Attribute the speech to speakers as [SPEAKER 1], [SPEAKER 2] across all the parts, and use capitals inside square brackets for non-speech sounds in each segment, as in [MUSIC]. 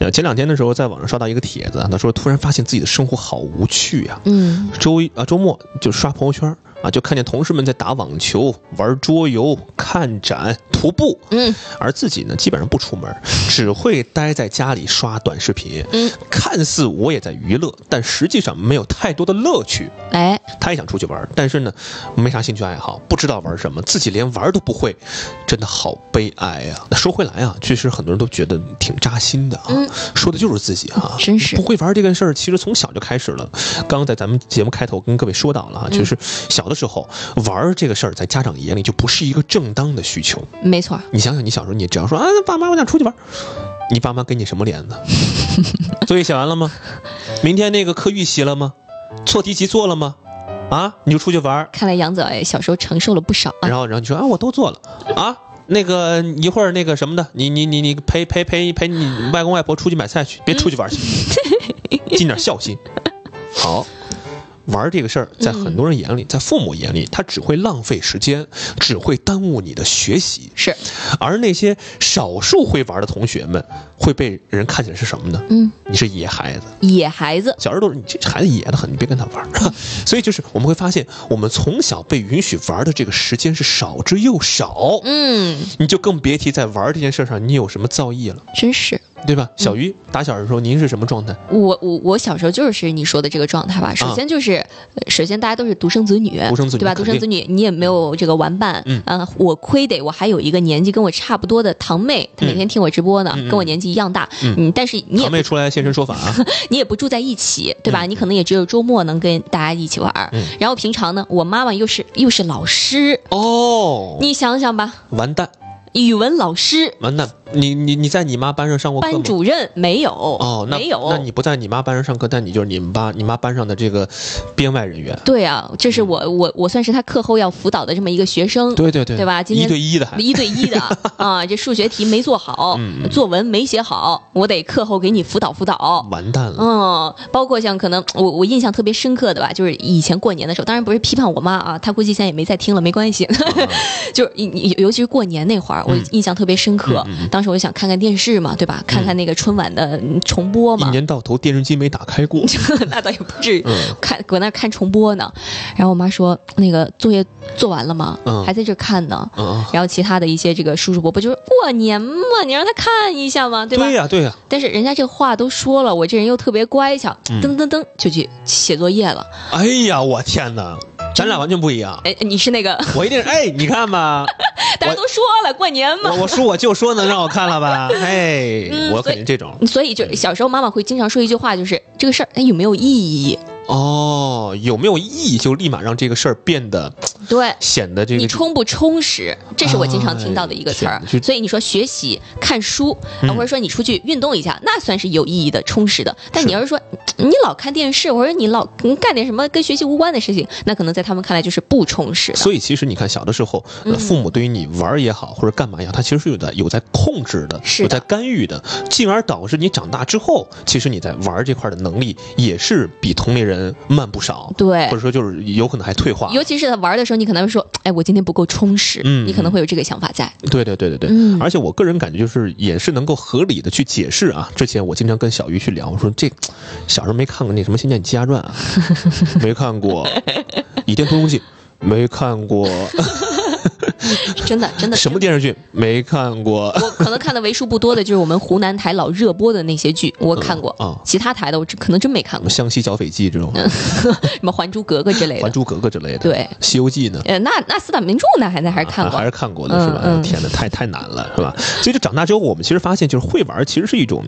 [SPEAKER 1] 呃，前两天的时候，在网上刷到一个帖子啊，他说突然发现自己的生活好无趣呀、
[SPEAKER 2] 嗯，
[SPEAKER 1] 周一啊，周末就刷朋友圈啊，就看见同事们在打网球、玩桌游、看展、徒步，
[SPEAKER 2] 嗯，
[SPEAKER 1] 而自己呢，基本上不出门，只会待在家里刷短视频。
[SPEAKER 2] 嗯，
[SPEAKER 1] 看似我也在娱乐，但实际上没有太多的乐趣。
[SPEAKER 2] 哎，
[SPEAKER 1] 他也想出去玩，但是呢，没啥兴趣爱好，不知道玩什么，自己连玩都不会，真的好悲哀啊！那说回来啊，确实很多人都觉得挺扎心的啊，
[SPEAKER 2] 嗯
[SPEAKER 1] 说的就是自己啊，
[SPEAKER 2] 真是
[SPEAKER 1] 不会玩这件事儿，其实从小就开始了。刚刚在咱们节目开头跟各位说到了啊，
[SPEAKER 2] 嗯
[SPEAKER 1] 就是小的时候玩这个事儿，在家长眼里就不是一个正当的需求。
[SPEAKER 2] 没错，
[SPEAKER 1] 你想想，你小时候你只要说啊，爸妈，我想出去玩儿，你爸妈给你什么脸呢？ [LAUGHS] 作业写完了吗？明天那个课预习了吗？错题集做了吗？啊，你就出去玩儿，
[SPEAKER 2] 看来杨仔小时候承受了不少啊。
[SPEAKER 1] 然后然后你说啊，我都做了啊。那个一会儿那个什么的，你你你你陪陪陪陪你外公外婆出去买菜去，别出去玩
[SPEAKER 2] [LAUGHS]
[SPEAKER 1] 去，尽点孝心。好，玩这个事儿，在很多人眼
[SPEAKER 2] 嗯
[SPEAKER 1] 里，在父母眼里，他只会浪费时间，只会耽误你的学习。
[SPEAKER 2] 是，
[SPEAKER 1] 而那些少数会玩的同学们，会被人看起来是什么呢？
[SPEAKER 2] 嗯，
[SPEAKER 1] 你是野孩子。
[SPEAKER 2] 野孩子，
[SPEAKER 1] 小时候都是你这孩子野的很，你别跟他玩儿。 [LAUGHS] 所以就是我们会发现，我们从小被允许玩的这个时间是少之又少，
[SPEAKER 2] 嗯，
[SPEAKER 1] 你就更别提在玩这件事上你有什么造诣了，
[SPEAKER 2] 真是。
[SPEAKER 1] 对
[SPEAKER 2] 嗯
[SPEAKER 1] 吧？小鱼打小的时候，您是什么状态？
[SPEAKER 2] 我我我小时候就是你说的这个状态吧。首先就是，呃首先大家都是独生子女，
[SPEAKER 1] 啊独生子女
[SPEAKER 2] 呃对吧？
[SPEAKER 1] 肯
[SPEAKER 2] 独
[SPEAKER 1] 定
[SPEAKER 2] 生子女，你也没有这个玩伴。
[SPEAKER 1] 嗯
[SPEAKER 2] 呃我亏得我还有一个年纪跟我差不多的堂妹，她每天听我直播呢，
[SPEAKER 1] 嗯嗯
[SPEAKER 2] 跟我年纪一样大。
[SPEAKER 1] 嗯
[SPEAKER 2] 但是你也
[SPEAKER 1] 堂
[SPEAKER 2] 不
[SPEAKER 1] 妹出来现身说法
[SPEAKER 2] [LAUGHS]
[SPEAKER 1] 啊！
[SPEAKER 2] 你也不住在一起，对吧？你可能也只有周末能跟大家一起玩儿。
[SPEAKER 1] 嗯
[SPEAKER 2] 然后平常呢，我妈妈又是又是老师，
[SPEAKER 1] 哦，
[SPEAKER 2] 你想想吧，
[SPEAKER 1] 完蛋，
[SPEAKER 2] 语文老师、
[SPEAKER 1] 完蛋！你你你在你妈班上上过课吗？
[SPEAKER 2] 班主任没有
[SPEAKER 1] 哦，那
[SPEAKER 2] 没有，
[SPEAKER 1] 那你不在你妈班上上课，但你就是你们班你妈班上的这个编外人员。
[SPEAKER 2] 对啊，这是我我我算是他课后要辅导的这么一个学生，
[SPEAKER 1] 嗯对对对，
[SPEAKER 2] 嗯对吧今
[SPEAKER 1] 一
[SPEAKER 2] 天
[SPEAKER 1] 对一的还
[SPEAKER 2] 一
[SPEAKER 1] [LAUGHS]
[SPEAKER 2] 对一的啊，这数学题没做好，
[SPEAKER 1] 嗯嗯
[SPEAKER 2] 作文没写好，我得课后给你辅导辅导。
[SPEAKER 1] 完蛋了。
[SPEAKER 2] 嗯，包括像可能我我印象特别深刻的吧，就是以前过年的时候，当然不是批判我妈啊，她估计现在也没在听了，没关
[SPEAKER 1] 啊
[SPEAKER 2] 系。 [LAUGHS] 就是你你尤其是过年那会儿，我
[SPEAKER 1] 嗯
[SPEAKER 2] 印象特别深刻。当时我就想看看电视嘛，对吧？看看那个春晚的嗯重播
[SPEAKER 1] 一
[SPEAKER 2] 嘛。
[SPEAKER 1] 年到头电视机没打开过，
[SPEAKER 2] [LAUGHS] 那倒也不至于，
[SPEAKER 1] 嗯
[SPEAKER 2] 看搁那儿看重播呢。然后我妈说：“那个作业做完了吗？
[SPEAKER 1] 嗯
[SPEAKER 2] 还在这儿看呢。
[SPEAKER 1] 嗯，
[SPEAKER 2] 然后其他的一些这个叔叔伯伯就说：“过年嘛，你让他看一下嘛，对吧？”
[SPEAKER 1] 对呀对呀，
[SPEAKER 2] 但是人家这话都说了，我这人又特别乖巧，
[SPEAKER 1] 嗯
[SPEAKER 2] 噔噔噔就去写作业了。
[SPEAKER 1] 哎呀，我天哪，咱俩完全不一样。
[SPEAKER 2] 哎，你是那个，
[SPEAKER 1] 我一定是哎，你看吧，
[SPEAKER 2] [LAUGHS] 大家都说了过年嘛
[SPEAKER 1] 我，我叔我舅说呢，让我看了吧，哎，
[SPEAKER 2] 嗯
[SPEAKER 1] 我肯定这种
[SPEAKER 2] 所以就小时候妈妈会经常说一句话，就是这个事儿它有没有意义？
[SPEAKER 1] 哦，有没有意义就立马让这个事儿变得
[SPEAKER 2] 对。
[SPEAKER 1] 显得这
[SPEAKER 2] 你
[SPEAKER 1] 个
[SPEAKER 2] 充不充实，这是我经常听到的一个词
[SPEAKER 1] 哎
[SPEAKER 2] 儿。
[SPEAKER 1] 天就
[SPEAKER 2] 所以你说学习、看书，啊
[SPEAKER 1] 嗯
[SPEAKER 2] 或者说你出去运动一下，那算是有意义的、充实的。但
[SPEAKER 1] 是
[SPEAKER 2] 你要是说你老看电视，或者你老你干点什么跟学习无关的事情，那可能在他们看来就是不充实的。
[SPEAKER 1] 所以其实你看，小的时候，
[SPEAKER 2] 嗯
[SPEAKER 1] 呃父母对于你玩儿也好，或者干嘛也好，他其实是有在有在控制的，
[SPEAKER 2] 是的
[SPEAKER 1] 有在干预的，进而导致你长大之后，其实你在玩儿这块儿的能力也是比同龄人慢不少，
[SPEAKER 2] 对
[SPEAKER 1] 或者说就是有可能还退化。
[SPEAKER 2] 尤其是在玩的时候，你可能会说：“哎，我今天不够充实。”
[SPEAKER 1] 嗯
[SPEAKER 2] 你可能会有这个想法在。
[SPEAKER 1] 对对对对对，
[SPEAKER 2] 嗯
[SPEAKER 1] 而且我个人感觉就是也是能够合理的去解释啊。之前我经常跟小鱼去聊，我说这小时候没看过那什么《仙剑奇侠传》
[SPEAKER 2] [LAUGHS]
[SPEAKER 1] 啊，没看过《倚天屠龙记》，没看过。
[SPEAKER 2] 真的真的
[SPEAKER 1] 什么电视剧没看过？
[SPEAKER 2] 我可能看的为数不多的就是我们湖南台老热播的那些剧，我看过，
[SPEAKER 1] 嗯啊
[SPEAKER 2] 其他台的我可能真没看过，什
[SPEAKER 1] 湘西剿匪记这种，
[SPEAKER 2] 么《还珠格格》之类
[SPEAKER 1] 还
[SPEAKER 2] 嗯的。
[SPEAKER 1] 珠格格之类的，
[SPEAKER 2] 对
[SPEAKER 1] 西游记呢？
[SPEAKER 2] 呃，那那四大名著呢，还那还是看过，
[SPEAKER 1] 啊还是看过的是吧？
[SPEAKER 2] 嗯嗯
[SPEAKER 1] 天哪，太太难了是吧？所以就长大之后，我们其实发现，就是会玩其实是一种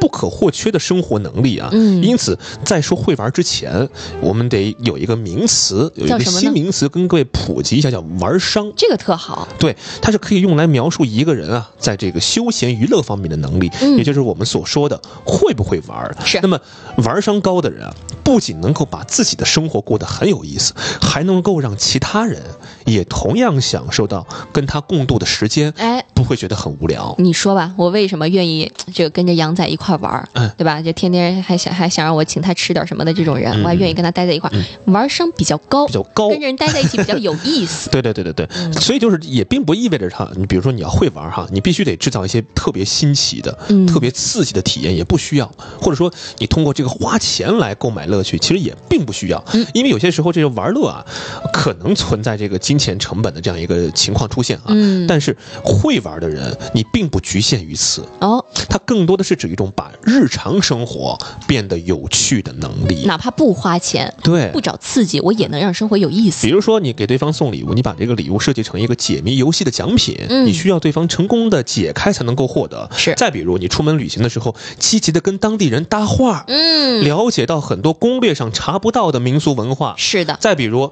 [SPEAKER 1] 不可或缺的生活能力啊。
[SPEAKER 2] 嗯
[SPEAKER 1] 因此，在说会玩之前，我们得有一个名词，有一
[SPEAKER 2] 叫
[SPEAKER 1] 个
[SPEAKER 2] 什么呢
[SPEAKER 1] 新名词跟各位普及一下，叫玩商。
[SPEAKER 2] 这个特好。
[SPEAKER 1] 对，它是可以用来描述一个人啊，在这个休闲娱乐方面的能力，
[SPEAKER 2] 嗯
[SPEAKER 1] 也就是我们所说的会不会玩儿。
[SPEAKER 2] 是
[SPEAKER 1] 那么玩商高的人啊，不仅能够把自己的生活过得很有意思，还能够让其他人也同样享受到跟他共度的时间，
[SPEAKER 2] 哎，
[SPEAKER 1] 不会觉得很无聊。
[SPEAKER 2] 你说吧，我为什么愿意这个跟着杨仔一块儿玩儿
[SPEAKER 1] 嗯，
[SPEAKER 2] 对吧？就天天还想还想让我请他吃点什么的这种人，
[SPEAKER 1] 嗯
[SPEAKER 2] 我还愿意跟他待在一块儿，玩儿声比较高，
[SPEAKER 1] 比较高
[SPEAKER 2] 跟着嗯人待在一起比较有意
[SPEAKER 1] [LAUGHS]
[SPEAKER 2] 思。
[SPEAKER 1] 对对对对对，所以就是也并不意味着哈，你比如说你要会玩哈，你必须得制造一些特别新奇的、
[SPEAKER 2] 嗯
[SPEAKER 1] 特别刺激的体验，也不需要，或者说你通过这个花钱来购买乐趣，其实也并不需要，
[SPEAKER 2] 嗯
[SPEAKER 1] 因为有些时候这个玩乐啊，可能存在这个金钱成本的这样一个情况出现啊。
[SPEAKER 2] 嗯
[SPEAKER 1] 但是会玩的人，你并不局限于此，
[SPEAKER 2] 哦，
[SPEAKER 1] 它更多的是指一种把日常生活变得有趣的能力。
[SPEAKER 2] 哪怕不花钱，
[SPEAKER 1] 对，
[SPEAKER 2] 不找刺激，我也能让生活有意思
[SPEAKER 1] 比。如说，你给对方送礼物，你把这个礼物设计成一个解谜游戏的奖品，
[SPEAKER 2] 嗯
[SPEAKER 1] 你需要对方成功的解开才能够获得。
[SPEAKER 2] 是
[SPEAKER 1] 再比如，你出门旅行的时候，积极的跟当地人搭话，
[SPEAKER 2] 嗯，
[SPEAKER 1] 了解到很多攻略上查不到的民俗文化。
[SPEAKER 2] 是的，
[SPEAKER 1] 再比如。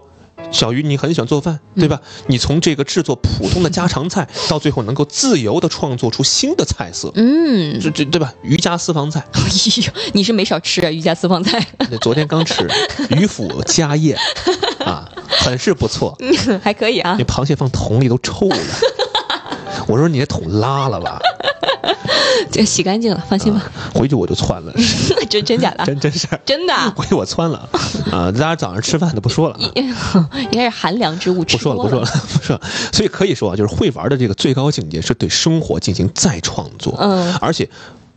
[SPEAKER 1] 小鱼，你很喜欢做饭，
[SPEAKER 2] 嗯
[SPEAKER 1] 对吧？你从这个制作普通的家常
[SPEAKER 2] [LAUGHS]
[SPEAKER 1] 菜，到最后能够自由的创作出新的菜色，
[SPEAKER 2] 嗯，
[SPEAKER 1] 这这对吧？渔家私房菜，
[SPEAKER 2] [LAUGHS] 哎呦，你是没少吃啊，瑜伽私房
[SPEAKER 1] [LAUGHS]
[SPEAKER 2] 菜，
[SPEAKER 1] 那昨天刚
[SPEAKER 2] [LAUGHS]
[SPEAKER 1] 吃鱼腐家宴，啊，很是不错。
[SPEAKER 2] 还可以啊
[SPEAKER 1] 那。螃蟹放桶里都臭 [LAUGHS] 了。我说你那桶拉了吧，
[SPEAKER 2] 这洗干净了，放心吧，
[SPEAKER 1] 回去我就窜 [LAUGHS] 了，是
[SPEAKER 2] 这 [LAUGHS] 真假的，
[SPEAKER 1] 啊真真事儿，
[SPEAKER 2] 真的啊，
[SPEAKER 1] 回去我窜了啊！大家早上吃饭都不说了啊。
[SPEAKER 2] 应该是寒凉之物，
[SPEAKER 1] 不
[SPEAKER 2] 吃
[SPEAKER 1] 说
[SPEAKER 2] 多
[SPEAKER 1] 了，不说了， [LAUGHS] 不说了。所以可以说啊，就是会玩的这个最高境界是对生活进行再创作，
[SPEAKER 2] 嗯
[SPEAKER 1] 而且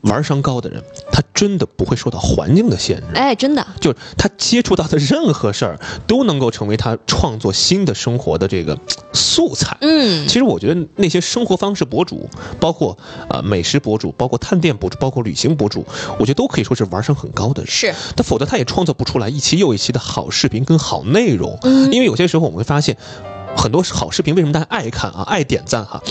[SPEAKER 1] 玩商高的人，他真的不会受到环境的限制，
[SPEAKER 2] 哎，真的，
[SPEAKER 1] 就是他接触到的任何事儿都能够成为他创作新的生活的这个素材。
[SPEAKER 2] 嗯
[SPEAKER 1] 其，实我觉得那些生活方式博主，包括呃美食博主，包括探店博主，包括旅行博主，我觉得都可以说是玩上很高的人。
[SPEAKER 2] 是，
[SPEAKER 1] 但否则他也创作不出来一期又一期的好视频跟好内容。
[SPEAKER 2] 嗯
[SPEAKER 1] 因为有些时候我们会发现，很多好视频为什么大家爱看啊，爱点赞哈、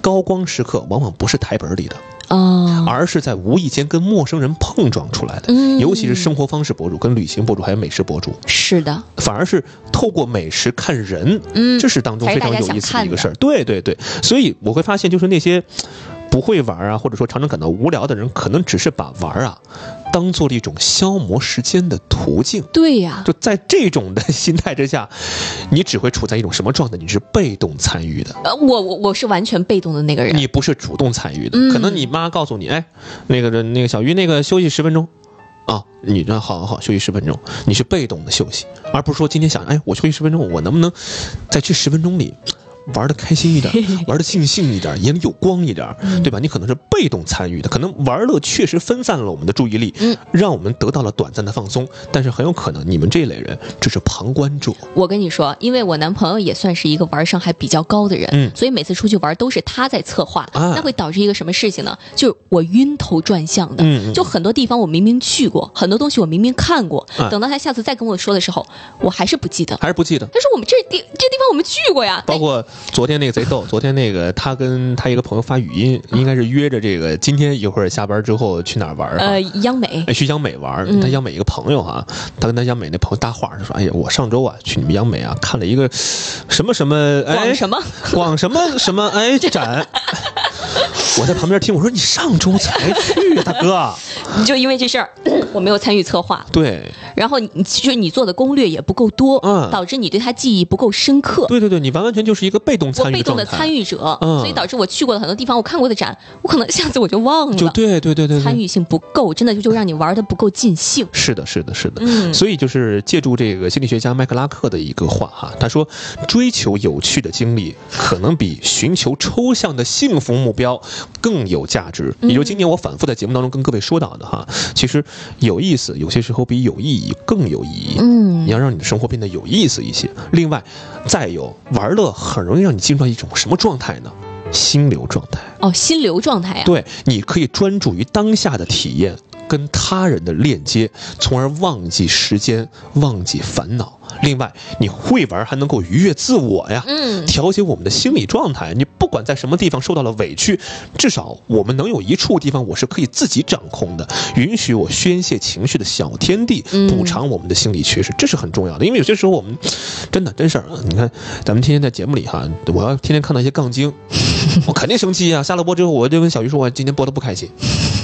[SPEAKER 1] 高光时刻往往不是台本里的，
[SPEAKER 2] 哦，
[SPEAKER 1] 而是在无意间跟陌生人碰撞出来的。
[SPEAKER 2] 嗯
[SPEAKER 1] 尤其是生活方式博主、跟旅行博主还有美食博主，
[SPEAKER 2] 是的，
[SPEAKER 1] 反而是透过美食看人，
[SPEAKER 2] 嗯
[SPEAKER 1] 这是当中非常有意思的一个事
[SPEAKER 2] 还是大家想看
[SPEAKER 1] 儿。对对对，所以我会发现，就是那些不会玩啊，或者说常常感到无聊的人，可能只是把玩啊当做了一种消磨时间的途径。
[SPEAKER 2] 对呀，
[SPEAKER 1] 就在这种的 [LAUGHS] 心态之下，你只会处在一种什么状态？你是被动参与的，
[SPEAKER 2] 呃，我我我是完全被动的那个人，
[SPEAKER 1] 你不是主动参与的。
[SPEAKER 2] 嗯
[SPEAKER 1] 可能你妈告诉你，哎，那个那个小鱼，那个休息十分钟。啊，你那好好好休息十分钟，你是被动的休息，而不是说今天想，哎，我休息十分钟，我能不能在这十分钟里玩的开心一点，
[SPEAKER 2] [LAUGHS]
[SPEAKER 1] 玩的尽兴一点，眼里有光一点，
[SPEAKER 2] 嗯
[SPEAKER 1] 对吧？你可能是被动参与的，可能玩乐确实分散了我们的注意力，
[SPEAKER 2] 嗯
[SPEAKER 1] 让我们得到了短暂的放松，但是很有可能你们这一类人只是旁观者，
[SPEAKER 2] 我跟你说，因为我男朋友也算是一个玩上还比较高的人，
[SPEAKER 1] 嗯
[SPEAKER 2] 所以每次出去玩都是他在策划，
[SPEAKER 1] 啊
[SPEAKER 2] 那会导致一个什么事情呢？就是我晕头转向的，
[SPEAKER 1] 嗯嗯
[SPEAKER 2] 就很多地方我明明去过，很多东西我明明看过，
[SPEAKER 1] 啊
[SPEAKER 2] 等到他下次再跟我说的时候，我还是不记得。
[SPEAKER 1] 还是不记得。
[SPEAKER 2] 他说我们这地这地方我们去过呀，
[SPEAKER 1] 包括昨天那个贼
[SPEAKER 2] [LAUGHS]
[SPEAKER 1] 逗，昨天那个他跟他一个朋友发语音，应该是约着这个今天一会儿下班之后去哪儿玩儿啊？
[SPEAKER 2] 呃，央美
[SPEAKER 1] 哎，去央美玩儿，
[SPEAKER 2] 嗯
[SPEAKER 1] 他央美一个朋友啊，他跟他央美那朋友搭话儿，就说：“哎呀，我上周啊去你们央美啊看了一个什么什么，哎，
[SPEAKER 2] 逛什么？
[SPEAKER 1] 广什么什么
[SPEAKER 2] [LAUGHS]
[SPEAKER 1] 哎展。”我在旁边听，我说：“你上周才去，啊大哥。
[SPEAKER 2] [LAUGHS] 你就因为这事儿，我没有参与策划”，
[SPEAKER 1] 对，
[SPEAKER 2] 然后你就是你做的攻略也不够多，
[SPEAKER 1] 嗯
[SPEAKER 2] 导致你对他记忆不够深刻。
[SPEAKER 1] 对对对，你完完全就是一个被动
[SPEAKER 2] 我
[SPEAKER 1] 参与
[SPEAKER 2] 被
[SPEAKER 1] 状
[SPEAKER 2] 动的
[SPEAKER 1] 态。
[SPEAKER 2] 参与者，
[SPEAKER 1] 嗯
[SPEAKER 2] 所以导致我去过的很多地方，我看过的展，我可能下次我就忘了。
[SPEAKER 1] 就对对对对对，
[SPEAKER 2] 参与性不够，真的就就让你玩的不够尽兴。
[SPEAKER 1] 是的，是的，是的。
[SPEAKER 2] 嗯
[SPEAKER 1] 所以就是借助这个心理学家麦克拉克的一个话哈，他说，追求有趣的经历可能比寻求抽象的幸福目标更有价
[SPEAKER 2] 嗯
[SPEAKER 1] 值。也就是今年我反复在节目当中跟各位说到的哈，其实有意思有些时候比有意义更有意义。
[SPEAKER 2] 嗯
[SPEAKER 1] 你要让你的生活变得有意思一些。另外，再有玩乐很容易让你进入到一种什么状态呢？心流状态。
[SPEAKER 2] 哦，心流状态呀、
[SPEAKER 1] 对，你可以专注于当下的体验，跟他人的链接，从而忘记时间，忘记烦恼。另外，你会玩还能够愉悦自我呀，
[SPEAKER 2] 嗯
[SPEAKER 1] 调节我们的心理状态。你不管在什么地方受到了委屈，至少我们能有一处地方我是可以自己掌控的，允许我宣泄情绪的小天地，
[SPEAKER 2] 嗯
[SPEAKER 1] 补偿我们的心理缺失，这是很重要的。因为有些时候我们真的真事儿啊，你看咱们天天在节目里哈，我要天天看到一些杠
[SPEAKER 2] [LAUGHS]
[SPEAKER 1] 精，我肯定生气啊！下了播之后，我就跟小鱼说，我今天播的不开心，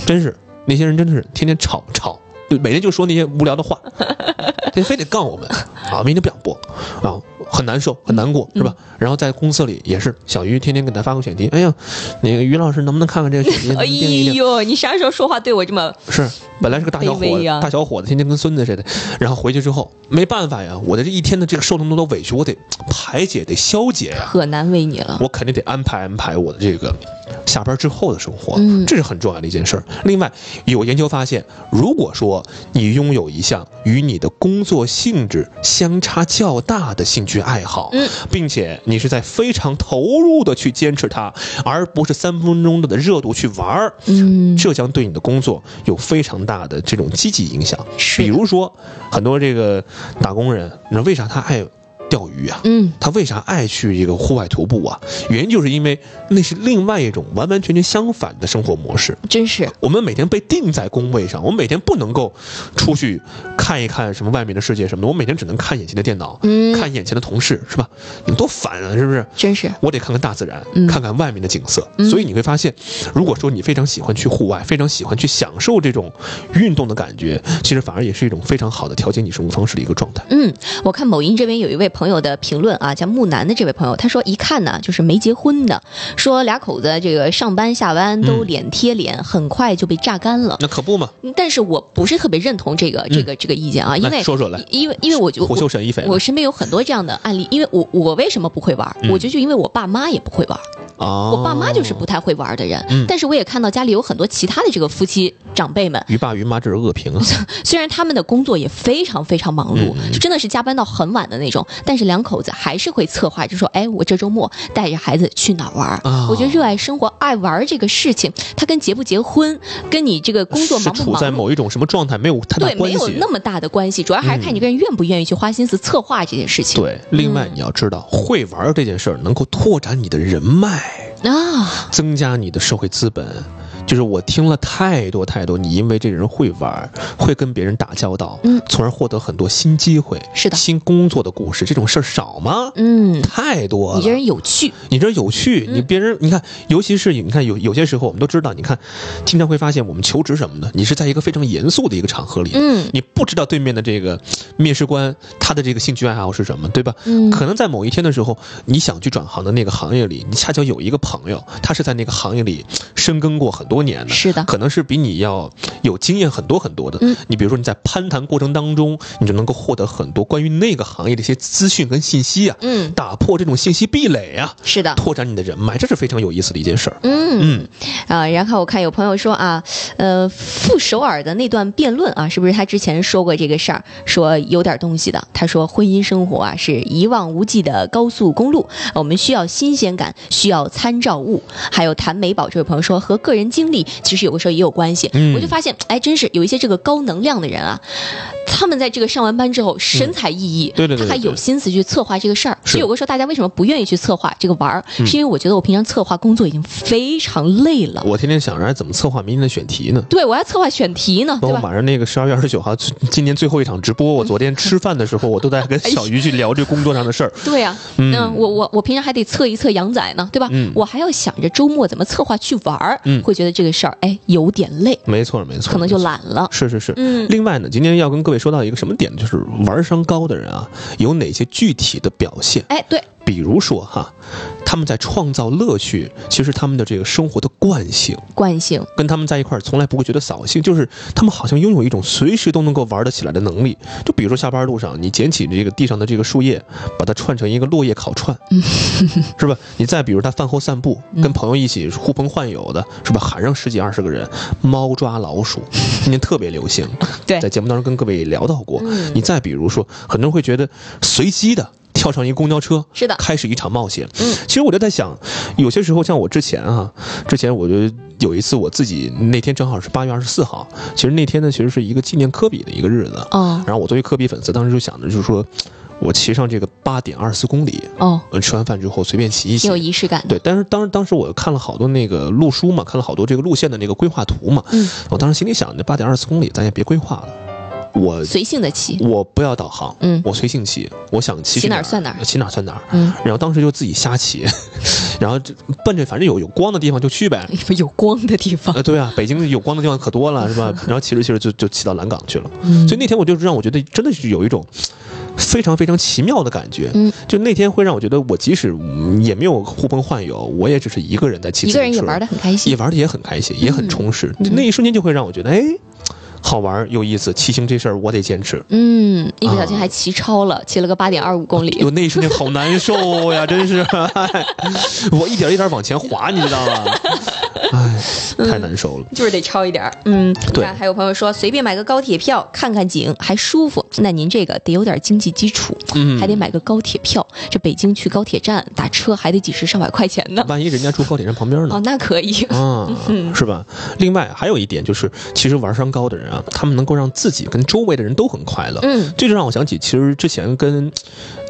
[SPEAKER 1] 真是那些人真的是天天吵吵。就每天就说那些无聊的话，
[SPEAKER 2] [LAUGHS]
[SPEAKER 1] 他非得杠我们啊！明天不想播啊，很难受，很难过，
[SPEAKER 2] 嗯
[SPEAKER 1] 是吧？然后在公司里也是，小鱼天天给他发个选题，哎呀，那个于老师能不能看看这个选题，能不
[SPEAKER 2] [LAUGHS] 哎
[SPEAKER 1] 能定一定？
[SPEAKER 2] 呦，你啥时候说话对我这么
[SPEAKER 1] 是，本来是个大小
[SPEAKER 2] 卑
[SPEAKER 1] 伙
[SPEAKER 2] 微啊
[SPEAKER 1] 子，
[SPEAKER 2] 呀
[SPEAKER 1] 大小伙子，天天跟孙子似的。然后回去之后，没办法呀，我的这一天的这个受那么多的委屈，我得排解，得消解呀。
[SPEAKER 2] 可难为你了？
[SPEAKER 1] 我肯定得安排安排我的这个下班之后的生活，
[SPEAKER 2] 嗯
[SPEAKER 1] 这是很重要的一件事儿。另外，有研究发现，如果说你拥有一项与你的工作性质相差较大的兴趣爱好，
[SPEAKER 2] 嗯
[SPEAKER 1] 并且你是在非常投入的去坚持它，而不是三分钟的热度去玩儿，
[SPEAKER 2] 嗯，
[SPEAKER 1] 这将对你的工作有非常大的这种积极影响。
[SPEAKER 2] 是
[SPEAKER 1] 比
[SPEAKER 2] 的
[SPEAKER 1] 如说，很多这个打工人，你知道为啥他爱钓鱼啊？
[SPEAKER 2] 嗯
[SPEAKER 1] 他为啥爱去这个户外徒步啊？原因就是因为那是另外一种完完全全相反的生活模式。
[SPEAKER 2] 真是
[SPEAKER 1] 我们每天被定在工位上，我们每天不能够出去看一看什么外面的世界什么的，我每天只能看眼前的电脑，
[SPEAKER 2] 嗯
[SPEAKER 1] 看眼前的同事，是吧？你多烦啊，是不是？
[SPEAKER 2] 真是
[SPEAKER 1] 我得看看大自然，
[SPEAKER 2] 嗯
[SPEAKER 1] 看看外面的景色。
[SPEAKER 2] 嗯
[SPEAKER 1] 所以你会发现，如果说你非常喜欢去户外，非常喜欢去享受这种运动的感觉，其实反而也是一种非常好的调节你生活方式的一个状态。
[SPEAKER 2] 嗯，我看某音这边有一位朋友的评论啊，叫木南的这位朋友，他说一看呢就是没结婚的，说俩口子这个上班下班都
[SPEAKER 1] 嗯
[SPEAKER 2] 脸贴脸，很快就被榨干了。
[SPEAKER 1] 那可不嘛，
[SPEAKER 2] 嗯但是我不是特别认同这个这个这个意见啊，因
[SPEAKER 1] 来
[SPEAKER 2] 为
[SPEAKER 1] 说说来
[SPEAKER 2] 因为因为我就
[SPEAKER 1] 虎嗅沈一斐
[SPEAKER 2] 我身边有很多这样的案例，因为我我为什么不会玩儿？
[SPEAKER 1] 嗯
[SPEAKER 2] 我觉得就因为我爸妈也不会玩儿，
[SPEAKER 1] 啊，
[SPEAKER 2] 我爸妈就是不太会玩儿的人。
[SPEAKER 1] 嗯
[SPEAKER 2] 但是我也看到家里有很多其他的这个夫妻长辈们，
[SPEAKER 1] 于爸于妈这是恶评啊。
[SPEAKER 2] 虽然他们的工作也非常非常忙
[SPEAKER 1] 嗯
[SPEAKER 2] 碌，就真的是加班到很晚的那种，但是两口子还是会策划，就说：“哎，我这周末带着孩子去哪儿玩儿？”
[SPEAKER 1] 啊
[SPEAKER 2] 我觉得热爱生活、爱玩儿这个事情，它跟结不结婚、跟你这个 [LAUGHS] 工作忙
[SPEAKER 1] 是
[SPEAKER 2] 不
[SPEAKER 1] 处
[SPEAKER 2] 忙
[SPEAKER 1] 在
[SPEAKER 2] 碌
[SPEAKER 1] 某一种什么状态没有太大
[SPEAKER 2] 对，
[SPEAKER 1] 关
[SPEAKER 2] 没有
[SPEAKER 1] 系嗯
[SPEAKER 2] 那。么大的关系，主要还是看你个人愿不愿意去花心思策划这件事情。
[SPEAKER 1] 对，另外你要知道，会玩儿这件事儿能够拓展你的人脉，
[SPEAKER 2] 啊，
[SPEAKER 1] 增加你的社会资本。就是我听了太多太多，你因为这人会玩儿，会跟别人打交道，
[SPEAKER 2] 嗯
[SPEAKER 1] 从而获得很多新机会，
[SPEAKER 2] 是的
[SPEAKER 1] 新工作的故事，这种事儿少吗？
[SPEAKER 2] 嗯，
[SPEAKER 1] 太多了。
[SPEAKER 2] 你这人有趣，
[SPEAKER 1] 你这有趣，
[SPEAKER 2] 嗯
[SPEAKER 1] 你别人，你看，尤其是你看有有些时候，我们都知道，你看，经常会发现我们求职什么的，你是在一个非常严肃的一个场合里，
[SPEAKER 2] 嗯
[SPEAKER 1] 你不知道对面的这个呃面试官他的这个兴趣爱好是什么，对吧？
[SPEAKER 2] 嗯
[SPEAKER 1] 可能在某一天的时候，你想去转行的那个行业里，你恰巧有一个朋友，他是在那个行业里深耕过很多年的，
[SPEAKER 2] 是的
[SPEAKER 1] 可能是比你要有经验很多很多的。
[SPEAKER 2] 嗯
[SPEAKER 1] 你比如说你在攀谈过程当中，你就能够获得很多关于那个行业的一些资讯跟信息啊，
[SPEAKER 2] 嗯，
[SPEAKER 1] 打破这种信息壁垒啊，
[SPEAKER 2] 是的。
[SPEAKER 1] 拓展你的人脉，这是非常有意思的一件事儿。
[SPEAKER 2] 嗯
[SPEAKER 1] 嗯，
[SPEAKER 2] 啊，然后我看有朋友说啊，呃，傅首尔的那段辩论啊，是不是他之前说过这个事儿，说有点东西的？他说婚姻生活啊是一望无际的高速公路，我们需要新鲜感，需要参照物。还有谭美宝这位朋友说和个人经历其实有个时候也有关系，
[SPEAKER 1] 嗯
[SPEAKER 2] 我就发现哎，真是有一些这个高能量的人啊，他们在这个上完班之后神采奕奕，
[SPEAKER 1] 嗯对对对
[SPEAKER 2] 他还
[SPEAKER 1] 对对
[SPEAKER 2] 有心思去策划这个事儿。
[SPEAKER 1] 是嗯
[SPEAKER 2] 所以有个时候大家为什么不愿意去策划这个玩儿，是因为我觉得我平常策划工作已经非常累了，
[SPEAKER 1] 我天天想着哎怎么策划明天的选题呢。
[SPEAKER 2] 对我还策划选题呢，
[SPEAKER 1] 包
[SPEAKER 2] 对
[SPEAKER 1] 括
[SPEAKER 2] 吧？
[SPEAKER 1] 马上那个十二月二十九号，最今年最后一场直播，我昨天吃饭的时候，我都在跟小鱼去聊这工作上的事儿。
[SPEAKER 2] 对呀、
[SPEAKER 1] 嗯
[SPEAKER 2] 那我我我平常还得测一测羊仔呢，对吧？
[SPEAKER 1] 嗯
[SPEAKER 2] 我还要想着周末怎么策划去玩儿，
[SPEAKER 1] 嗯
[SPEAKER 2] 会觉得这个事儿哎有点累，
[SPEAKER 1] 没错，没错，
[SPEAKER 2] 可能就
[SPEAKER 1] 没错。
[SPEAKER 2] 懒了。
[SPEAKER 1] 是是是，
[SPEAKER 2] 嗯
[SPEAKER 1] 另外呢，今天要跟各位说到一个什么点呢？就是玩商高的人啊，有哪些具体的表现？
[SPEAKER 2] 哎，对，
[SPEAKER 1] 比如说哈，他们在创造乐趣，其实他们的这个生活的惯性，
[SPEAKER 2] 惯性，
[SPEAKER 1] 跟他们在一块儿从来不会觉得扫兴，就是他们好像拥有一种随时都能够玩得起来的能力。就比如说下班路上，你捡起这个地上的这个树叶，把它串成一个落叶烤串，是吧？你再比如他饭后散步，
[SPEAKER 2] 嗯
[SPEAKER 1] 跟朋友一起呼朋唤友的，是吧？喊上十几二十个人，猫抓老鼠，今年特别流行。
[SPEAKER 2] 对
[SPEAKER 1] 在节目当中跟各位也聊到过。
[SPEAKER 2] 嗯
[SPEAKER 1] 你再比如说，很多人会觉得随机的跳上一个公交车，
[SPEAKER 2] [LAUGHS] 是的
[SPEAKER 1] 开始一场冒险。
[SPEAKER 2] 嗯，
[SPEAKER 1] 其实我就在想，有些时候像我之前啊，之前我就有一次我自己那天正好是八月二十四号，其实那天呢其实是一个纪念科比的一个日子。
[SPEAKER 2] 哦
[SPEAKER 1] 然后我作为科比粉丝，当时就想着就是说，我骑上这个八点二十四公里，
[SPEAKER 2] 哦，
[SPEAKER 1] 嗯，吃完饭之后随便骑一骑，
[SPEAKER 2] 挺有仪式感的。
[SPEAKER 1] 对，但是当时当时我看了好多那个路书嘛，看了好多这个路线的那个规划图嘛，
[SPEAKER 2] 嗯
[SPEAKER 1] 我当时心里想，那八点二十公里咱也别规划了，我
[SPEAKER 2] 随性的骑，
[SPEAKER 1] 我不要导航，
[SPEAKER 2] 嗯
[SPEAKER 1] 我随性骑，我想骑
[SPEAKER 2] 骑
[SPEAKER 1] 去
[SPEAKER 2] 哪
[SPEAKER 1] 哪
[SPEAKER 2] 儿算哪儿
[SPEAKER 1] 骑哪儿算哪儿。
[SPEAKER 2] 嗯，
[SPEAKER 1] 然后当时就自己瞎骑， [LAUGHS] 然后就奔着反正有有光的地方就去
[SPEAKER 2] [LAUGHS]
[SPEAKER 1] 呗。
[SPEAKER 2] 有光的地方
[SPEAKER 1] 呃，，对啊，北京有光的地方可多了，是
[SPEAKER 2] [LAUGHS]
[SPEAKER 1] 吧？然后骑着骑着就就骑到蓝岗去了。
[SPEAKER 2] 嗯
[SPEAKER 1] 所以那天我就是让我觉得真的是有一种非常非常奇妙的感觉。
[SPEAKER 2] 嗯，
[SPEAKER 1] 就那天会让我觉得，我即使嗯也没有呼朋唤友，我也只是一个人在骑
[SPEAKER 2] 一
[SPEAKER 1] 自行
[SPEAKER 2] 个人也
[SPEAKER 1] 车，
[SPEAKER 2] 玩的很开
[SPEAKER 1] 也
[SPEAKER 2] 心。
[SPEAKER 1] 玩的也很开心，也很充实。
[SPEAKER 2] 嗯
[SPEAKER 1] 那一瞬间就会让我觉得，哎，好玩儿有意思，骑行这事儿我得坚持。
[SPEAKER 2] 嗯，一不小心
[SPEAKER 1] 啊
[SPEAKER 2] 还骑超了，骑了个八点二五公里。
[SPEAKER 1] 我那一瞬间好难受哦呀，真是， [LAUGHS] 哎我一点一点往前滑，你知道吗？哎，
[SPEAKER 2] 嗯
[SPEAKER 1] 太难受了。
[SPEAKER 2] 就是得超一点儿，嗯，
[SPEAKER 1] 对
[SPEAKER 2] 你看还有朋友说随便买个高铁票看看景还舒服，那您这个得有点经济基础，
[SPEAKER 1] 嗯
[SPEAKER 2] 还得买个高铁票，这北京去高铁站打车还得几十上百块钱呢。
[SPEAKER 1] 万一人家住高铁站旁边呢？
[SPEAKER 2] 哦，那嗯可以，
[SPEAKER 1] 啊，是吧？另外还有一点就是，其实玩双高的人啊，他们能够让自己跟周围的人都很快乐。
[SPEAKER 2] 嗯，
[SPEAKER 1] 这就让我想起，其实之前跟，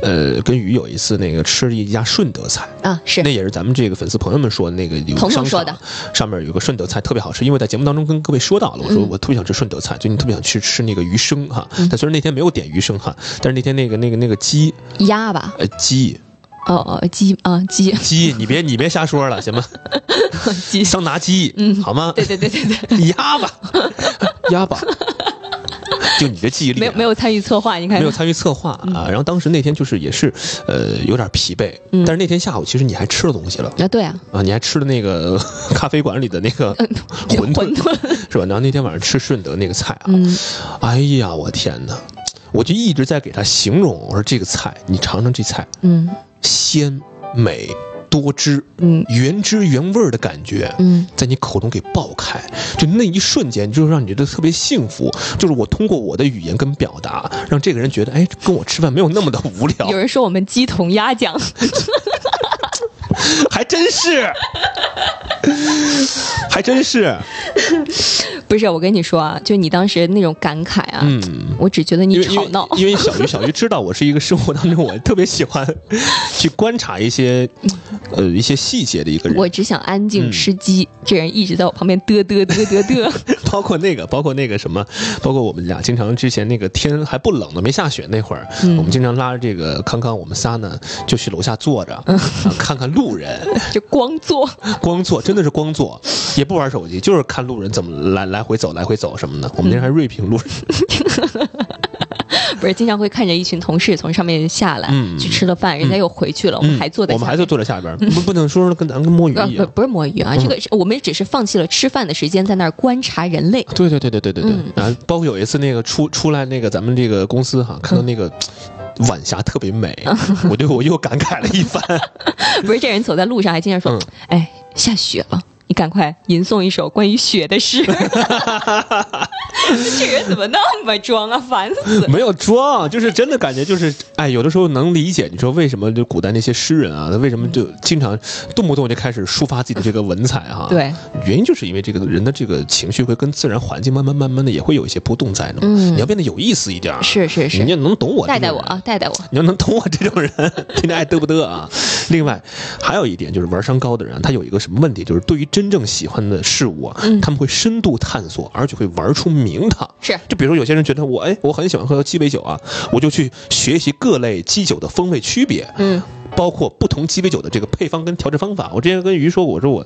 [SPEAKER 1] 呃，跟鱼有一次那个吃了一家顺德菜，
[SPEAKER 2] 啊是
[SPEAKER 1] 那也是咱们这个粉丝朋友们说的那个有
[SPEAKER 2] 彤
[SPEAKER 1] 个
[SPEAKER 2] 彤
[SPEAKER 1] 商
[SPEAKER 2] 说
[SPEAKER 1] 场
[SPEAKER 2] 的
[SPEAKER 1] 上面有个顺德菜特别好吃，因为在节目当中跟各位说到了，我说
[SPEAKER 2] 嗯
[SPEAKER 1] 我特别想吃顺德菜，最近特别想去吃那个鱼生哈，但虽然那天没有点鱼生哈，但是那天那个那个那个鸡
[SPEAKER 2] 鸭吧，
[SPEAKER 1] 呃鸡
[SPEAKER 2] 哦哦哦鸡啊鸡
[SPEAKER 1] 鸡，你别你别瞎说了行
[SPEAKER 2] [LAUGHS]
[SPEAKER 1] 吗？
[SPEAKER 2] 鸡，
[SPEAKER 1] 桑拿鸡，好吗？
[SPEAKER 2] 嗯对对对对对，
[SPEAKER 1] [LAUGHS] 鸭
[SPEAKER 2] [LAUGHS]
[SPEAKER 1] 吧，鸭吧，就你的记忆力啊、
[SPEAKER 2] 没有没有参与策划，你看嗯
[SPEAKER 1] 没有参与策划啊。然后当时那天就是也是，呃，有点疲惫，
[SPEAKER 2] 嗯
[SPEAKER 1] 但是那天下午其实你还吃了东西了。
[SPEAKER 2] 啊对啊，
[SPEAKER 1] 啊，你还吃了那个 [LAUGHS] 咖啡馆里的那个 [LAUGHS] 馄
[SPEAKER 2] 嗯馄
[SPEAKER 1] 饨，
[SPEAKER 2] 饨，
[SPEAKER 1] 是吧？然后那天晚上吃顺德那个菜啊，
[SPEAKER 2] 嗯
[SPEAKER 1] 哎呀，我天哪！我就一直在给他形容，我说这个菜，你尝尝这菜，
[SPEAKER 2] 嗯
[SPEAKER 1] 鲜美多汁，
[SPEAKER 2] 嗯
[SPEAKER 1] 原汁原味儿的感觉，
[SPEAKER 2] 嗯
[SPEAKER 1] 在你口中给爆开，就那一瞬间，就让你觉得特别幸福。就是我通过我的语言跟表达，让这个人觉得，哎，跟我吃饭没有那么的无聊
[SPEAKER 2] 嗯有，人说我们鸡同鸭讲，
[SPEAKER 1] 还真
[SPEAKER 2] [LAUGHS]
[SPEAKER 1] 是，还真是，
[SPEAKER 2] 不是我跟你说啊，就你当时那种感慨啊，
[SPEAKER 1] 嗯。
[SPEAKER 2] 我只觉得
[SPEAKER 1] 因
[SPEAKER 2] 你
[SPEAKER 1] 为因
[SPEAKER 2] 吵
[SPEAKER 1] 为
[SPEAKER 2] 闹，
[SPEAKER 1] 因为小鱼小鱼知道我是一个生活当中我特别喜欢去观察一些呃一些细节的一个人，
[SPEAKER 2] [LAUGHS] 我只想安
[SPEAKER 1] 嗯
[SPEAKER 2] 静吃鸡，这人一直在我旁边嘚嘚嘚
[SPEAKER 1] [LAUGHS]
[SPEAKER 2] 嘚嘚。
[SPEAKER 1] 包括那个，包括那个什么，包括我们俩经常之前那个天还不冷呢，没下雪那会儿，
[SPEAKER 2] 嗯
[SPEAKER 1] 我们经常拉着这个康康，我们仨呢就去楼下坐着，
[SPEAKER 2] 嗯
[SPEAKER 1] 啊看看路人，
[SPEAKER 2] 就光坐，
[SPEAKER 1] 光坐真的是光坐，也不玩手机，就是看路人怎么来来回走，来回走什么的。我们那
[SPEAKER 2] 嗯
[SPEAKER 1] 时候还锐评路人，
[SPEAKER 2] 不是经常会看着一群同事从上面下来，
[SPEAKER 1] 嗯
[SPEAKER 2] 去吃了饭，人家又回去了，我们还坐在
[SPEAKER 1] 我
[SPEAKER 2] 下
[SPEAKER 1] 们
[SPEAKER 2] 面。嗯
[SPEAKER 1] 还是坐在下边，不不能说是跟咱跟摸鱼
[SPEAKER 2] 呃
[SPEAKER 1] 一
[SPEAKER 2] [LAUGHS] 不
[SPEAKER 1] 样。
[SPEAKER 2] 不是摸鱼
[SPEAKER 1] 嗯
[SPEAKER 2] 啊，这个是我们只是放弃了吃饭的时间，在那儿观察人类。
[SPEAKER 1] 对对对对对对对
[SPEAKER 2] 嗯，
[SPEAKER 1] 然后包括有一次那个出出来那个咱们这个公司哈，看到那个嗯晚霞特别美，
[SPEAKER 2] 嗯
[SPEAKER 1] 我对我又感慨了一
[SPEAKER 2] [LAUGHS]
[SPEAKER 1] 番。
[SPEAKER 2] 不是这人走在路上还经常说：“
[SPEAKER 1] 嗯
[SPEAKER 2] 哎，下雪了，你赶快吟诵一首关于雪
[SPEAKER 1] [LAUGHS]
[SPEAKER 2] 的诗。”这人怎么那么装啊，烦死！
[SPEAKER 1] 没有装，就是真的感觉就是，哎，有的时候能理解你说为什么就古代那些诗人啊，他为什么就经常动不动就开始抒发自己的这个文采哈、
[SPEAKER 2] 对，
[SPEAKER 1] 原因就是因为这个人的这个情绪会跟自然环境慢慢慢慢的也会有一些波动在的嘛。
[SPEAKER 2] 嗯
[SPEAKER 1] 你要变得有意思一点儿，
[SPEAKER 2] 是是
[SPEAKER 1] 你
[SPEAKER 2] 是，
[SPEAKER 1] 要能懂我，
[SPEAKER 2] 带带我啊，，带带我。
[SPEAKER 1] [LAUGHS] 你要能懂我这种人，天天爱嘚不嘚啊。另外，还有一点就是玩商高的人啊，他有一个什么问题，就是对于真正喜欢的事物啊，他们会深度探索，而且会玩出名堂。
[SPEAKER 2] 是
[SPEAKER 1] 就比如说有些人觉得我哎，我很喜欢喝鸡尾酒啊，我就去学习各类鸡酒的风味区别。
[SPEAKER 2] 嗯，
[SPEAKER 1] 包括不同鸡尾酒的这个配方跟调制方法。我之前跟鱼说过，我说我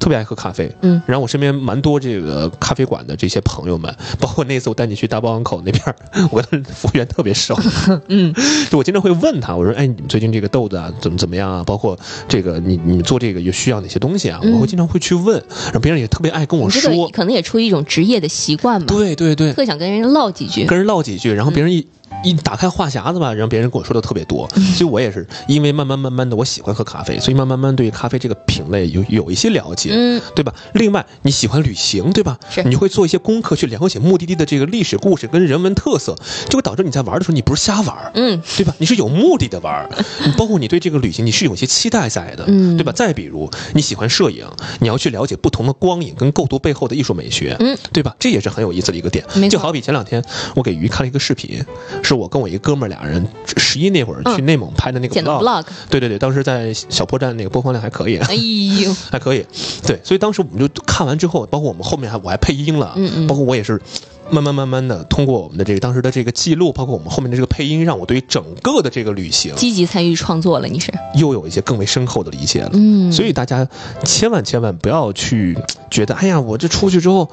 [SPEAKER 1] 特别爱喝咖啡，
[SPEAKER 2] 嗯，
[SPEAKER 1] 然后我身边蛮多这个咖啡馆的这些朋友们，包括那次我带你去大包港口那边儿，我跟服务员特别熟，
[SPEAKER 2] [LAUGHS] 嗯，
[SPEAKER 1] 就我经常会问他，我说，哎，你们最近这个豆子啊，怎么怎么样啊？包括这个你你们做这个有需要哪些东西啊？
[SPEAKER 2] 嗯
[SPEAKER 1] 我会经常会去问，然后别人也特别爱跟我
[SPEAKER 2] 你这个
[SPEAKER 1] 说，
[SPEAKER 2] 可能也出于一种职业的习惯嘛，
[SPEAKER 1] 对对对，
[SPEAKER 2] 特想跟人家唠几句。
[SPEAKER 1] 跟人唠几句，然后别人一、一打开话匣子吧，然后别人跟我说的特别多，所以我也是因为慢慢慢慢的我喜欢喝咖啡，所以慢慢慢慢对咖啡这个品类有有一些了解。
[SPEAKER 2] 嗯，
[SPEAKER 1] 对吧？另外，你喜欢旅行，对吧
[SPEAKER 2] 是？
[SPEAKER 1] 你会做一些功课去了解目的地的这个历史故事跟人文特色，就会导致你在玩的时候，你不是瞎玩儿，
[SPEAKER 2] 嗯
[SPEAKER 1] 对吧？你是有目的的玩
[SPEAKER 2] [LAUGHS]
[SPEAKER 1] 儿，你包括你对这个旅行你是有一些期待在的，
[SPEAKER 2] 嗯
[SPEAKER 1] 对吧？再比如你喜欢摄影，你要去了解不同的光影跟构图背后的艺术美学，
[SPEAKER 2] 嗯，
[SPEAKER 1] 对吧？这也是很有意思的一个点
[SPEAKER 2] 没。错
[SPEAKER 1] 就好比前两天我给鱼看了一个视频，是我跟我一个哥们儿俩人十一那会儿去
[SPEAKER 2] 嗯
[SPEAKER 1] 内蒙拍的那个
[SPEAKER 2] 剪的
[SPEAKER 1] vlog，、
[SPEAKER 2] vlog，
[SPEAKER 1] 对对对，当时在小破站那个播放量还可以。
[SPEAKER 2] 哎
[SPEAKER 1] [LAUGHS]
[SPEAKER 2] 呦，
[SPEAKER 1] 还可以，对，所以当时我们就看完之后，包括我们后面还我还配音了，
[SPEAKER 2] 嗯嗯
[SPEAKER 1] 包括我也是慢慢慢慢的通过我们的这个当时的这个记录，包括我们后面的这个配音，让我对于整个的这个旅行
[SPEAKER 2] 积极参与创作了，你是？
[SPEAKER 1] 又有一些更为深厚的理解了。
[SPEAKER 2] 嗯，
[SPEAKER 1] 所以大家千万千万不要去觉得，哎呀，我这出去之后，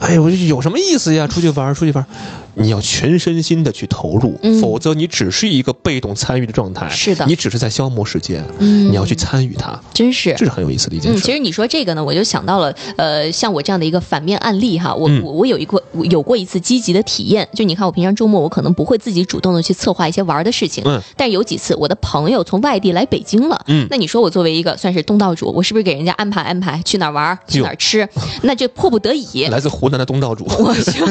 [SPEAKER 1] 哎呀，我这有什么意思呀？出去玩儿，出去玩儿，你要全身心的去投入，
[SPEAKER 2] 嗯
[SPEAKER 1] 否则你只是一个被动参与的状态。
[SPEAKER 2] 是的
[SPEAKER 1] 你只是在消磨时间，
[SPEAKER 2] 嗯
[SPEAKER 1] 你要去参与它，
[SPEAKER 2] 真是
[SPEAKER 1] 这是很有意思的一件
[SPEAKER 2] 嗯，
[SPEAKER 1] 事。
[SPEAKER 2] 其实你说这个呢，我就想到了，呃，像我这样的一个反面案例哈，我、
[SPEAKER 1] 嗯
[SPEAKER 2] 我我有一个我有过一次积极的体验，就你看我平常周末我可能不会自己主动的去策划一些玩儿的事情，
[SPEAKER 1] 嗯
[SPEAKER 2] 但有几次我的朋友从外地来北京了，
[SPEAKER 1] 嗯
[SPEAKER 2] 那你说我作为一个算是东道主，我是不是给人家安排安排去哪儿玩儿去哪儿吃？那这迫不
[SPEAKER 1] [LAUGHS]
[SPEAKER 2] 得已，
[SPEAKER 1] 来自湖南的东道主，
[SPEAKER 2] [LAUGHS] 我需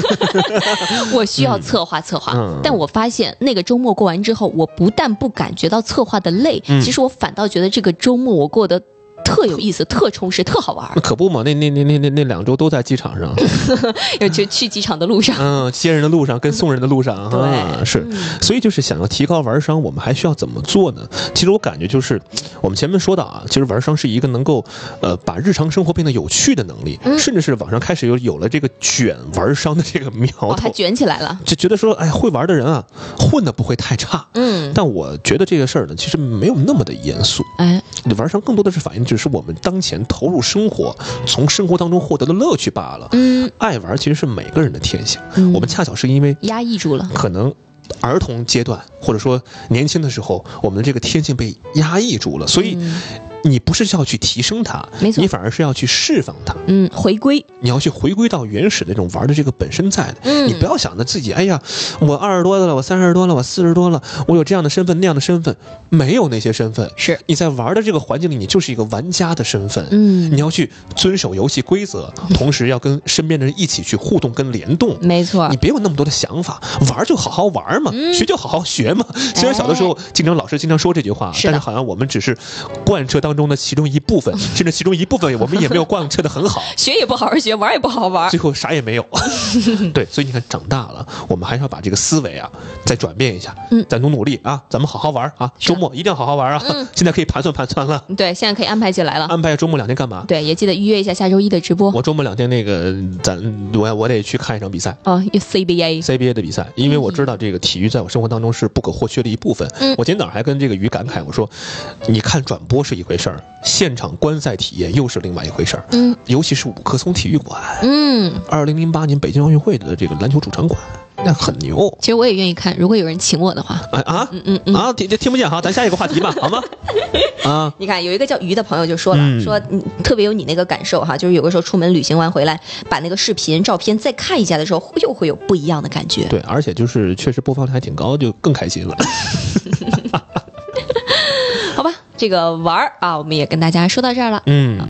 [SPEAKER 2] 我需要策划策划，
[SPEAKER 1] 嗯
[SPEAKER 2] 但我发现那个周末过完之后，我不但不感觉到策划的累，
[SPEAKER 1] 嗯
[SPEAKER 2] 其实我反倒觉得这个周末我过得特有意思、特充实、特好玩儿
[SPEAKER 1] 那。可不嘛，那那那那那那两周都在机场上， [LAUGHS]
[SPEAKER 2] 要去去机场的路上，
[SPEAKER 1] 嗯，接人的路上跟送人的路上，啊，
[SPEAKER 2] 对
[SPEAKER 1] 是，所以就是想要提高玩商，我们还需要怎么做呢？其实我感觉就是，我们前面说到啊，其实玩商是一个能够呃把日常生活变得有趣的能力，
[SPEAKER 2] 嗯
[SPEAKER 1] 甚至是网上开始有有了这个卷玩商的这个苗
[SPEAKER 2] 哇，还
[SPEAKER 1] 头，
[SPEAKER 2] 卷起来了。
[SPEAKER 1] 就觉得说，哎，会玩的人啊，混的不会太差。
[SPEAKER 2] 嗯，
[SPEAKER 1] 但我觉得这个事儿呢，其实没有那么的严肃。
[SPEAKER 2] 哎，
[SPEAKER 1] 玩商更多的是反映，只是我们当前投入生活，从生活当中获得的乐趣罢了。
[SPEAKER 2] 嗯，
[SPEAKER 1] 爱玩其实是每个人的天性，
[SPEAKER 2] 嗯
[SPEAKER 1] 我们恰巧是因为
[SPEAKER 2] 压抑住了。
[SPEAKER 1] 可能儿童阶段或者说年轻的时候，我们的这个天性被压抑住了，所以
[SPEAKER 2] 嗯
[SPEAKER 1] 你不是要去提升它，
[SPEAKER 2] 没错
[SPEAKER 1] 你反而是要去释放它，
[SPEAKER 2] 嗯，回归，
[SPEAKER 1] 你要去回归到原始的这种玩的这个本身在的。
[SPEAKER 2] 嗯
[SPEAKER 1] 你不要想着自己，哎呀，我二十多的了，我三十多了，我四十多了，我有这样的身份那样的身份，没有那些身份。
[SPEAKER 2] 是，
[SPEAKER 1] 你在玩的这个环境里，你就是一个玩家的身份，
[SPEAKER 2] 嗯
[SPEAKER 1] 你要去遵守游戏规则，同时要跟身边的人一起去互动跟联动，
[SPEAKER 2] 没错
[SPEAKER 1] 你，别有那么多的想法，玩儿就好好玩儿嘛，
[SPEAKER 2] 啊嗯
[SPEAKER 1] 学就好好学嘛。虽然小的时候经常老师经常说这句话，
[SPEAKER 2] 是的
[SPEAKER 1] 但是好像我们只是贯彻当中的其中一部
[SPEAKER 2] [LAUGHS]
[SPEAKER 1] 分，甚至其中一部分我们也没有贯彻的很好，
[SPEAKER 2] 学也不好好学，玩儿也不好好玩儿。
[SPEAKER 1] 最后啥也没
[SPEAKER 2] [LAUGHS]
[SPEAKER 1] 有。对，所以你看，长大了，我们还是要把这个思维啊再转变一下，
[SPEAKER 2] 嗯
[SPEAKER 1] 咱努努力啊，咱们好好玩儿啊，
[SPEAKER 2] 是的
[SPEAKER 1] 周末一定要好好玩儿啊。
[SPEAKER 2] 嗯
[SPEAKER 1] 现在可以盘算盘算了，
[SPEAKER 2] 对，现在可以安排起来了。
[SPEAKER 1] 安排周末两天干嘛？
[SPEAKER 2] 对，也记得预约一下下周一的直播
[SPEAKER 1] 嗯我周末两天那个，咱我我得去看一场比赛。
[SPEAKER 2] 哦，CBA，
[SPEAKER 1] CBA 的比赛，因为我知道这个体育在我生活当中是不可或缺的一部分。
[SPEAKER 2] 嗯
[SPEAKER 1] 我今天早上还跟这个于感慨，我说，你看转播是一回事儿，现场观赛体验又是另外一回事儿。
[SPEAKER 2] 嗯
[SPEAKER 1] 尤其是五棵松体育馆，
[SPEAKER 2] 嗯，
[SPEAKER 1] 二零零八年北京奥运会的这个篮球主场馆，那很牛。
[SPEAKER 2] 其实我也愿意看，如果有人请我的话。
[SPEAKER 1] 哎啊
[SPEAKER 2] 嗯嗯嗯。
[SPEAKER 1] 啊，听听不见哈，咱下一个话题吧，好吗？啊，
[SPEAKER 2] 你看，有一个叫鱼的朋友就说了，
[SPEAKER 1] 嗯
[SPEAKER 2] 说你特别有你那个感受哈，就是有的时候出门旅行完回来，把那个视频、照片再看一下的时候，又会有不一样的感觉。
[SPEAKER 1] 对，而且就是确实播放量还挺高，就更开
[SPEAKER 2] [LAUGHS]
[SPEAKER 1] 心了。
[SPEAKER 2] 好吧，这个玩儿啊，我们也跟大家说到这儿了。
[SPEAKER 1] 嗯。